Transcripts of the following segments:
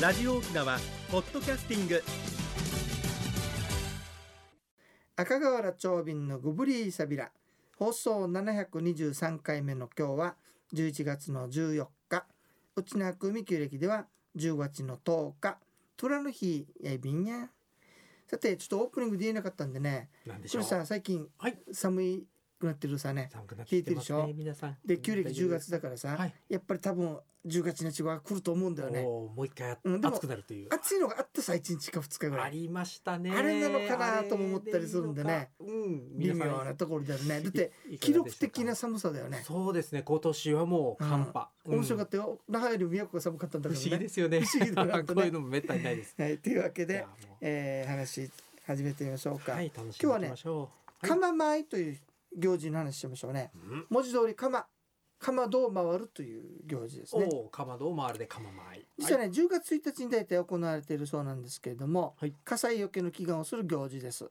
ラジオ沖縄ポッドキャスティング赤瓦長瓶のグブリーサビラ放送723回目の今日は11月の14日内縄久美旧暦では10月の10日虎の日やいびんやさてちょっとオープニングで言えなかったんでねなんでしこょれう。さ最近はい。寒いくなってるさね寒くなっ冷えきてるでしょますね皆さん。で旧暦10月だかからさ、はいやっぱり多分10月の日は来ると思うんだよねもう一回あうんでも暑くなるという。暑いのがあったさ1日か2日ぐらあいりましたね。あれなのかなとも思ったりするんでねあれでいいのか。うん。微皆さん妙なところだよねだっていいか記がで録したか的な寒さだよねそうですね。今年はもう寒波。面白かっったよ長より宮古が寒かったんただ不け思ど議でねすよね。不思議だなことういねうのもめったにないです。はい、というわけじでゃ、あもえー話始めてみましょううか。はい。楽しんでいきましょう。釜舞という行事の話しましょうね。うん文字通り釜、釜どう回るという行事ですね。おお、かまどを回るでかままい。実はね、10月1日に大体行われているそうなんですけれども、はい火災除けの祈願をする行事です。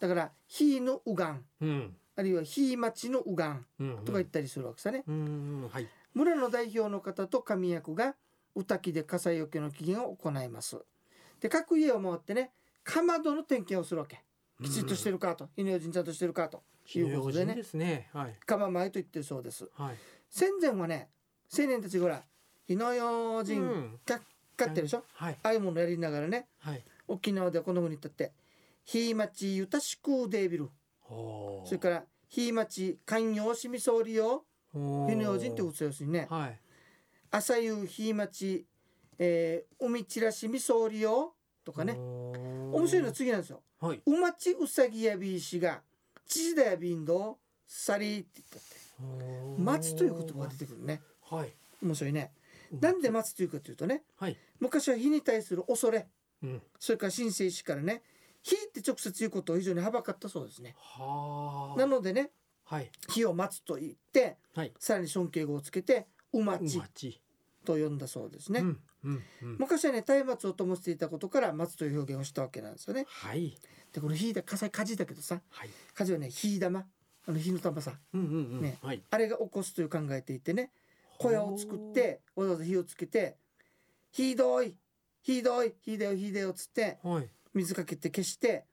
だから、火の右岸、はい。うん。あるいは火町の右岸うん。とか言ったりするわけさね。うん。うん。はい。村の代表の方と神役が歌きで火災除けの祈願を行います。で各家を回ってねかまどの点検をするわけきちっとしてる。るかと火の用心ちゃんとしてるかと火いうのこ用とで心ねですね。はい。釜前と言ってるそうですはい。戦前はね青年たちぐらい火の用う心んかかってるでしょはい。ああいうものやりながらねはい。沖縄ではこんな風に言ったって「火町ゆたしくデービルお」お。それから「火町寛容しみそうりよ火火のの用心」ってことですよねはい。朝夕火町、えー、おみちらしみそうりよとかね面面白いのは次なんですよはい。うまちうさぎやびいしが、ちじだやびんど、さりって言ったって。町という言葉が出てくるね。はい。面白いね。なんで町というかというとね、はい。昔は火に対する恐れ、うん。それから神聖師からね、火って直接言うことを非常にはばかったそうですね。はあ。なのでね、はい。火を待つと言って、はい。さらに尊敬語をつけて、うまち町。と呼んだそうですね。うん。うん。うん。昔はね、松明を灯していたことから、松という表現をしたわけなんですよね。はい。で、この火だ、火災火事だけどさ、はい。火事はね、火玉、あの火の玉さ、うん。うん。うん。ねはい。あれが起こすという考えていてね小屋を作ってわざわざ火をつけて「ひどいひどいひでよひでよ」っつってほう。はい。水かけて消して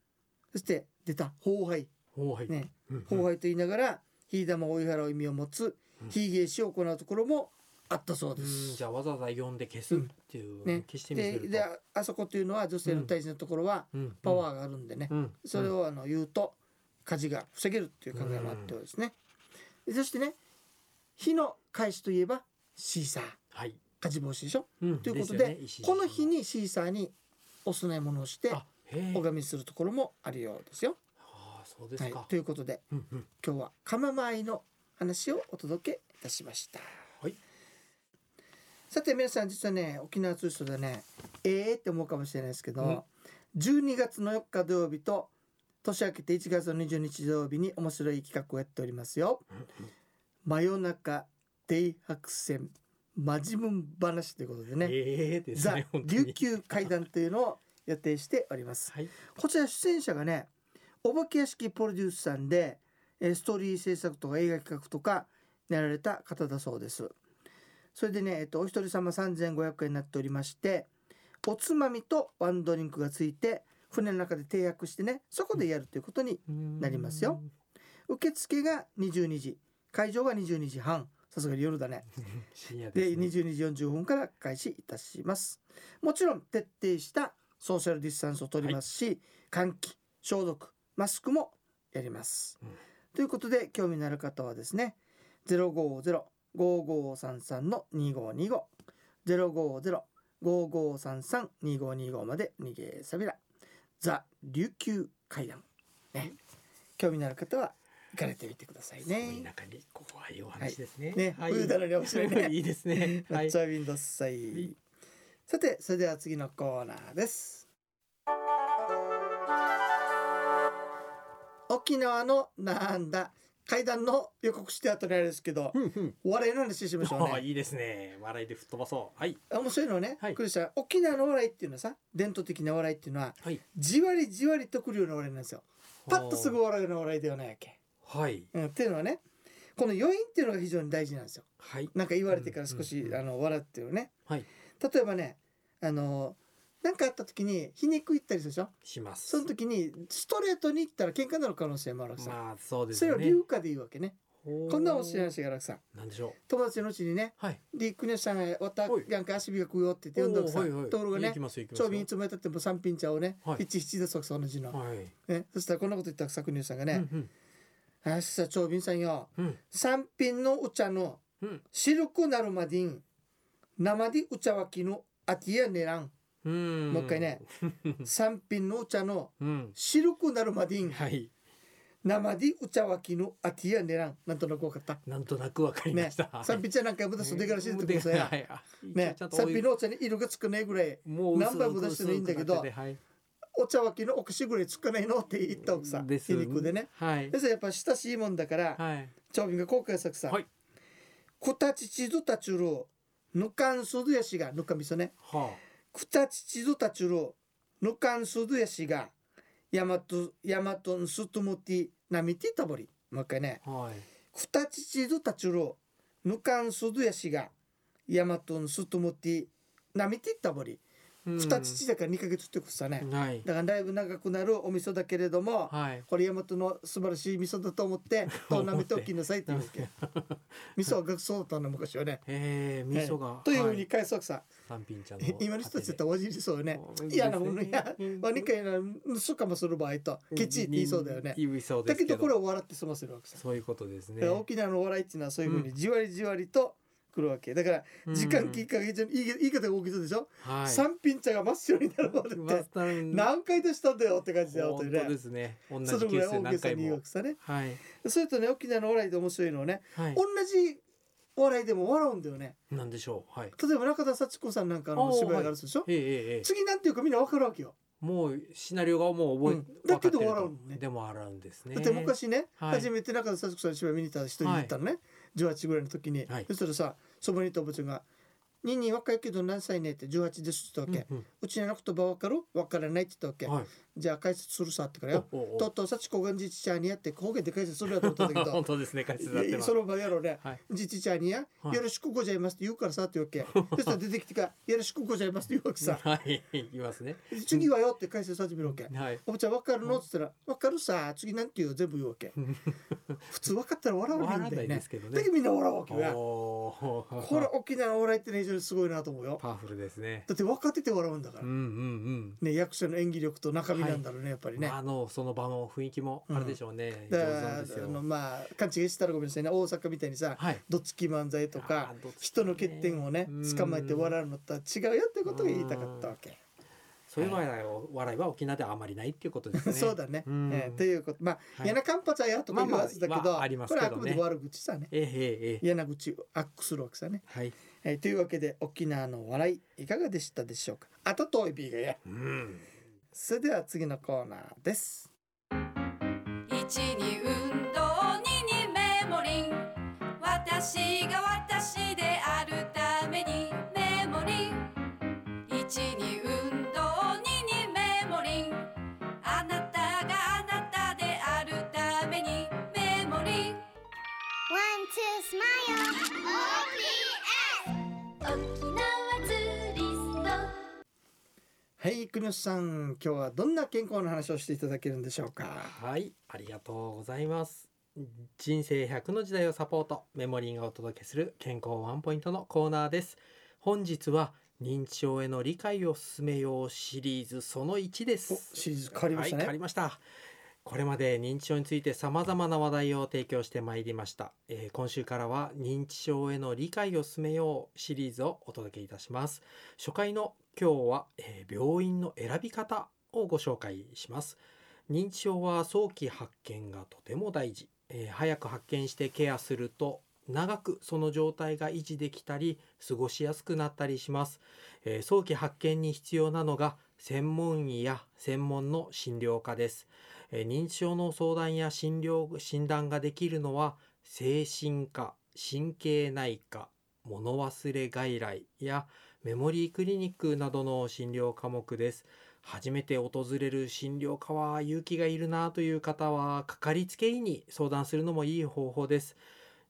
そして出た「崩廃ほう。はい。」ねうん。 「崩廃」と言いながら火玉を追い払う意味を持つうん火芸師を行うところもあったそううでん。す。じゃあ、わざわざ呼んで消すっていう。ね消してみせでる。で。ああそこというのは女性の大事なところはうん。パワーがあるんでねー。うん。それ。をあの言うと火事が防げるっていう考えもあってですね。そしてね火の開始といえばシーサー。はい。火事防止でしょうん。ということすよでね石井さこんの日にシーサーにお供え物をしてあ。へえ。拝みするところもあるようですよ。ああ、そうではすいか、。ということでうん。うん。今日は釜舞の話をお届けいたしました。はいさて皆さん実はね沖縄通信でねえーって思うかもしれないですけど、うん12月の4日土曜日と年明けて1月の20日土曜日に面白い企画をやっておりますよ。真夜中停白線マジムン話ということでね。ええですザね。本当に琉球会談というのを予定しております。はい。こちら出演者がね、お化け屋敷プロデュースさんで、えーストーリー制作とか映画企画とかやられた方だそうです。それでね、えっと、お一人様3500円になっておりまして、おつまみとワンドリンクがついて、船の中で停泊してね、そこでやるということに、なりますよ。受付が22時、会場が22時半、さすがに夜だね。深夜でで、す、ね。 22時45分から開始いたします。もちろん徹底したソーシャルディスタンスを取りますし、換気、消毒、マスクもやります。うんということで、興味のある方はですね、050-5533-2525、050-5533-2525まで逃げさびら、ザ・琉球会談。ね。興味のある方は行かれてみてください寒いね。中に怖いお話ですね。ね、はい、冬だろに面白い 。ねいいです ね。はめいっち。ゃウィンドウサイ、いさてそれでは次のコーナーです沖縄のなんだ階段の予告してあったのあれですけどうんうん。お笑いの話しましょうああ ねいいですね。笑いで吹っ飛ばそう。はい。面白いのはね、はいクリスチャン沖縄のお笑いっていうのはさ伝統的なお笑いっていうのははい。じわりじわりとくるようなお笑いなんですよパッとすぐは笑うようなお笑いではないわけ、あ。はい。うん、っていうのはねこの余韻っていうのが非常に大事なんですよはい。なんか言われてから少し、うんうんうんあの笑ってるねはい。例えばねあの何かあった時に皮肉言ったりするでしょします。その時にストレートに言ったら喧嘩になる可能性もあるわけさ、まあそうですそね。れを流化で言うわけねほうこんなお知らせが楽さんなんでしょう。友達のうちにねはい。で国吉さんが「わたはいなんか足火が食うよ」って言って呼んだわおーけはいはさいところが行ねきますよ行きます長よ瓶いつまでたっても三品茶をねはい一七で即同じの、はい。ね、そしたらこんなこと言った搾乳さんがねうん「あっさ長瓶さんようんうん三品のお茶のうん白くなるまでん生でお茶わきのあきやねらんうん。もう一回ね。 三品のお茶のうん。白くなるまでんはい。生でお茶わきのあきやねらん」なんとなく分かった。なんとなくわかりまねした。はい、三品茶なんか無駄そうでからしいってことねや。はいあねちょっと三多い品のお茶に色がつくねぐらいもう薄何杯くも出してもいいんだけど薄くなっててはい。お茶わきのお口ぐらいつかないのって言った奥さんです皮肉でね。はいで。それやっぱ親しいもんだから、はい。長瓶が後悔作さん、はいこたちちどたちゅろぬかんすどやしがぬかみそねはくたちちどたちゅろぬかんすどやしがやまとやまとんすともてなみてたぼりもう一回ねあ。はい。くたちちどたちゅろぬかんすどやしがやまとんすともてなみてたぼりうんくたちちだから2ヶ月ってことさね、はい。だからだいぶ長くなるお味噌だけれども、はい。これ大和の素晴らしい味噌だと 思ってとなめておきなさいって言うわけ味噌は学そうだったの昔はねええ味噌が。というふうはに返すわけさ、三品茶の。今の人たちだったらおじいそうよねそうですね嫌なものや何か嫌な嘘かもする場合とケチって言いそうだよね言いそうでだすけけど。どこれを笑って済ませるわけさ、そういうことですねだから。沖縄のお笑いっていうのはそういうふうにじわりじわりと来るわけだから時間きっかけじゃ言い言い方が大きそうでしょ、はい。三品茶が真っ白になるまでマってスターの何回出したんだよって感じで本当本に当ねですね。同じそのぐケーらいスで大げ何さ回に言うもわけ。さねはい。それとね沖縄のお笑いで面白いのはね、はい同。じお笑いでも笑うんだよねなんでしょう。はい。例えば中田幸子さんなんかのお芝居があるでしょ、ええええええ。次なんていうかみんな分かるわけよ、もうシナリオがもう覚うんえ。だけど分かってると笑うのねでも笑うんですね。だって昔ね、はい初めて中田幸子さんの芝居見に行った人に行ったのね、18ぐらいの時に、はいそしたらさそばにいたおばちゃんが「ニーニー若いけど何歳ね」って18ですって言ったわけ、うんうちの言葉分かる分からないって言ったうわけ、んはい。じゃあ解説するさってからよおおおとっと幸子がじちちゃんにやって方言で解説するやと思ったんだ けど本当ですね。解説だっいてやますそ。の場やろうね、はいじいちちゃんにや、はいよろしくございますって言うからさって言 うわけそしたら出てきてからよろしくございますって言うわけさはい。言いますね。次はよって解説始めるわけ、はい。おばちゃん分かるのって言ったら分かるさ次なんて言う全部言う わけ普通分かったら笑わない笑んわだなよいねですけどだねけ。どみんな笑うわけよおーこれ沖縄のお笑いってね非常にすごいなと思うよ パワフルですね。だって分かってて笑うんだかうら、んうんね役者の演技力と中身なんだろうね、やっぱうりん。ね、まああのその場の雰囲気もあれでしょうね。上手だかなんらですあよ。のまあ勘違いしたらごめんなさいね大阪みたいにさ、はい。どっちき漫才とかあーどっち人の欠点をねうん捕まえて笑うのとは違うよってことが言いたかったわけ。そういう笑いを笑いは沖縄ではあまりないっていうこと ですね。そうだね。うんえーということまあはい嫌なカンパちゃんやとか言わずだけまあまあどまあありまこすれけはあどねくまで悪口さね。ええええええ嫌な口を悪くするわけさね。はい。えーというわけで沖縄の笑いいかがでしたでしょうか。あと遠いビーがや。うん。それでは次のコーナーです。一に運動二にメモリン私が私であるためにメモリン一に運動二にメモリンあなたがあなたであるためにメモリン One, two, smile. OPS. 沖縄ツーリストはい、国吉さん今日はどんな健康の話をしていただけるんでしょうか。はい。ありがとうございます。人生100の時代をサポートメモリーがお届けする健康ワンポイントのコーナーです。本日は認知症への理解を進めようシリーズその1でおす。シリーズ変わりましはい、たね。変わりました。これまで認知症について様々な話題を提供してまいりました、えー今週からは認知症への理解を進めようシリーズをお届けいたします。初回の今日は、えー病院の選び方をご紹介します。認知症は早期発見がとても大事。えー早く発見してケアすると長くその状態が維持できたり過ごしやすくなったりします。えー早期発見に必要なのが専門医や専門の診療科です。えー認知症の相談や診療診断ができるのは精神科、神経内科、物忘れ外来やメモリークリニックなどの診療科目です。初めて訪れる診療科は勇気がいるなという方はかかりつけ医に相談するのもいい方法です。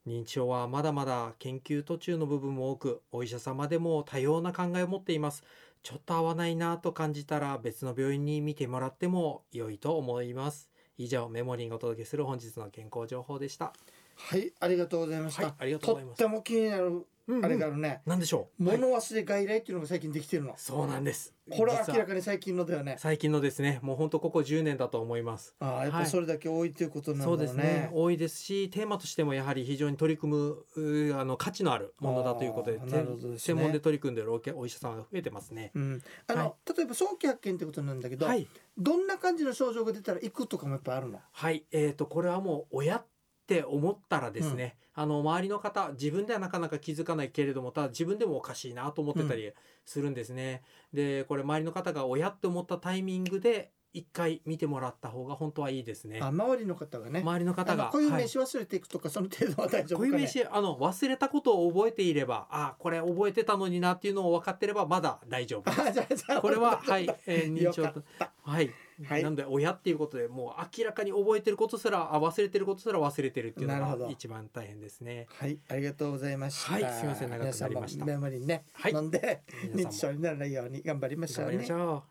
認知症はまだまだ研究途中の部分も多くお医者様でも多様な考えを持っていますちょっと合わないなと感じたら別の病院に見てもらっても良いと思います以上メモリーがお届けする本日の健康情報でしたはい、ありがとうございました。はいありがとうございますとっても気になる、うんうんあれがあるね。何でしょうはい物忘れ外来っていうのが最近できてるの。そうなんですこれは実明らかに最近のだよね。最近のですねもうほんとここ10年だと思いますああ、やっぱはいそれだけ多いということなんだそろううね。ですね多いですしテーマとしてもやはり非常に取り組むうーあの価値のあるものだということであーなるほどですね専門で取り組んでるおけお医者さんが増えてますね。うん、あの、は例えば早期発見ってことなんだけど、はい、どんな感じの症状が出たら行くとかもやっぱあるの。はいえー、とこれはもう親って思ったらですね、あの周りの方自分ではなかなか気づかないけれどもただ自分でもおかしいなと思ってたりするんですね。でこれ周りの方が親って思ったタイミングで一回見てもらった方が本当はいいですねあ、。周りの方がね。周りの方あがの固有はい名詞忘れていくとか、その程度は大丈夫か固ね。有名詞あの忘れたことを覚えていればあこれ覚えてたのになっていうのを分かってればまだ大丈夫 ですあ、じゃあじゃあこれははい、えー、認知 よ症かとったはい、はいなので親っていうことでもう明らかに覚えてることすらあ忘れてることすら忘れてるっていうなるのほどが一番大変ですねはい、ありがとうございました。はいすいません長くなりました皆様メモリーね、はい飲んで認皆知さん症もにならないように頑張りましょ頑う張りまねし。ょ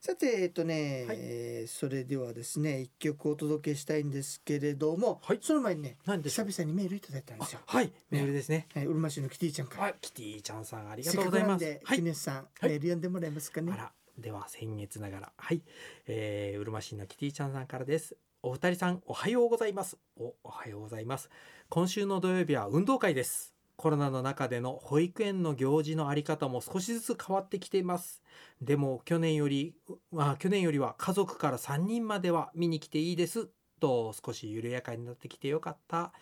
さてえっとね、はいえーそれではですね一曲お届けしたいんですけれども、はいその前にねう何でし久ょう々にメールいただいたんですよあ。はいメールですねはい、うるま市のキティちゃんから。あキティちゃんさんありがとうございますせっかくはなんで、いキネさん、メール読んでもらえますかねあ。ら、では先月ながら、はい、えー、うるま市のキティちゃんさんからです。お二人さん、おはようございます。お、おはようございます。今週の土曜日は運動会です。コロナの中での保育園の行事のあり方も少しずつ変わってきています。でも去年より、まあ去年よりは家族から3人までは見に来ていいですと少し緩やかになってきてよかった。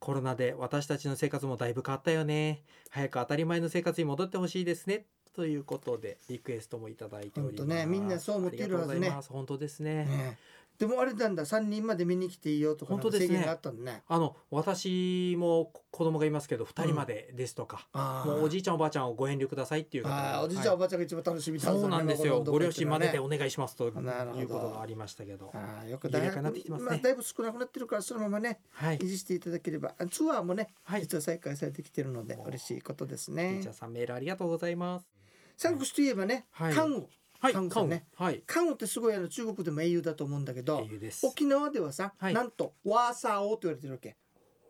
コロナで私たちの生活もだいぶ変わったよね。早く当たり前の生活に戻ってほしいですね。ということでリクエストもいただいております。本当ねみんなそう思っているはずありがとねうございます本当ですね。ねでもあれなんだ三人まで見に来ていいよとかなんか本当で制すね限があったんだね。あの私もこ子供がいますけど2人までですとか、あもうおじいちゃんおばあちゃんをご遠慮くださいっていう方もあーおじいちゃん、はおばあちゃんが一番楽しみだそうなんですよ。ご両親までであお願いしますというこなるほどとがありましたけど。あーよく大緩やか学になってきてますねあ、だいぶ少なくなってるからそのままねはい。維持していただければあツアーもね、はい。実は再開されてきてるので嬉しいことですねじゃあさんメールありがとうございます。三国志といえばね、はい関羽はい。韓国ね韓国はい。関羽ってすごいあの中国でも英雄だと思うんだけど英雄です。沖縄ではさ、はいなんとワーサー王と言われてるわけ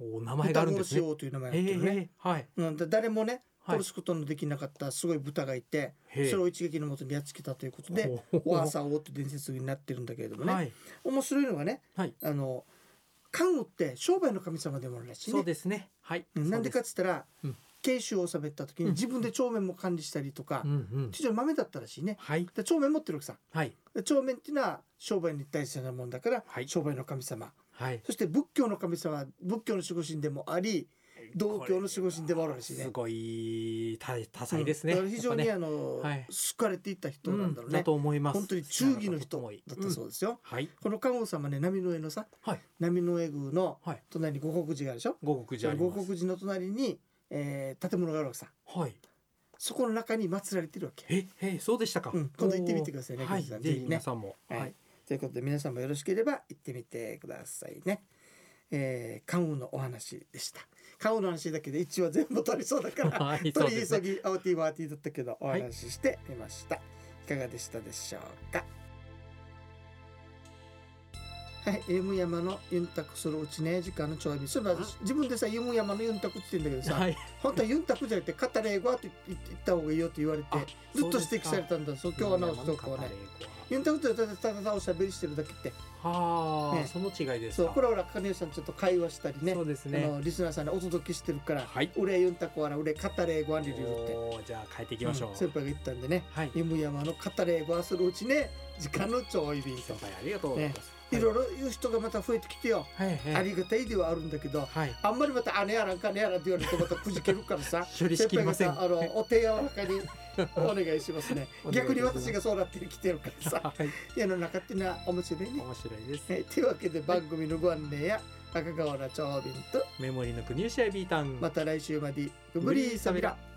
お名前が豚あるんで殺すしね。王という名前へがあってるえね、はい。うん、で誰もねはい殺すことのできなかったすごい豚がいて、へえそれを一撃のもとにやっつけたということでほうほうワーサー王という伝説になってるんだけれどもね、はい。面白いのがねはい。あの関羽って商売の神様でもあるらしいそうねですね。はい。うんなんでかっつったらうん慶州を治めた時にうん自分で帳面も管理したりとか、そうです。うんうん。非常に豆だったらしいねはい。で帳面持ってるわけさはい。で帳面っていうのは商売に対してのもんだから、はい商売の神様はい。そして仏教の神様は仏教の守護神でもあり道教の守護神でもあるらしいねすごい多多彩ですね。うんだから非常にやっあの、はい好かれていった人ぱねなんだろうだね、と思います。本当に忠義の人好だきなった方そも多いうですよ、うんはい。この観音様ね波の上のさはい。波の上宮のはい。隣に五国寺があるでしょ五国そ寺あのり五ます。国寺の隣に、えー建物があるわけさはい。そこの中に祀られてるわけ、え、え、そうでしたか。うん、今度行ってみてくださいね、はい。ぜぜひひね皆さんも。ははいい。ということで皆さんもよろしければ行ってみてくださいね。えー、関羽のお話でした。関羽の話だけで一話全部取りそうだから、はいそう取でりすね急ぎアウティーワーティーだったけどおい話ししてみました。い、かがでしたでしょうか。はい、ユム山のユンタクするうちね時間の調味。それは自分でさユム山のユンタクって言うんだけどさ、はい。本当はユンタクじゃなくてカタレーゴって言った方がいいよって言われてあずっそとうです指摘かされたんだ。そう今日は直すとこはね。ユンタクとただただおしゃべりしてるだけってはあ、ねその違いですそうか。これはほら金吉さんちょっと会話したりねそうですあね。のリスナーさんにお届けしてるからはい「。俺ユンタコはな俺カタレーゴアンリル」って、おーじゃあ変えていきましょう。うん先輩が言ったんでねはい「。ユムヤマのカタレーゴはするうちね時間の調理便」と先輩ありがとうございます。いろいろ言う人がまた増えてきてよ、はい。はい。あはい。りがたいではあるんだけどはい。あんまりまた「あねやらんかねやらん」って言われるとまたくじけるからさ処理しきりません先輩がさ あのお手柔らかにお願いしますねお願いします逆に私がそうなってきてるか らさはい。世の中っていうのは面白いね面白いです。はい、というわけで番組のご案内や赤川原長瓶とメモリーの国吉エビータン。また来週までグブリーサビラ。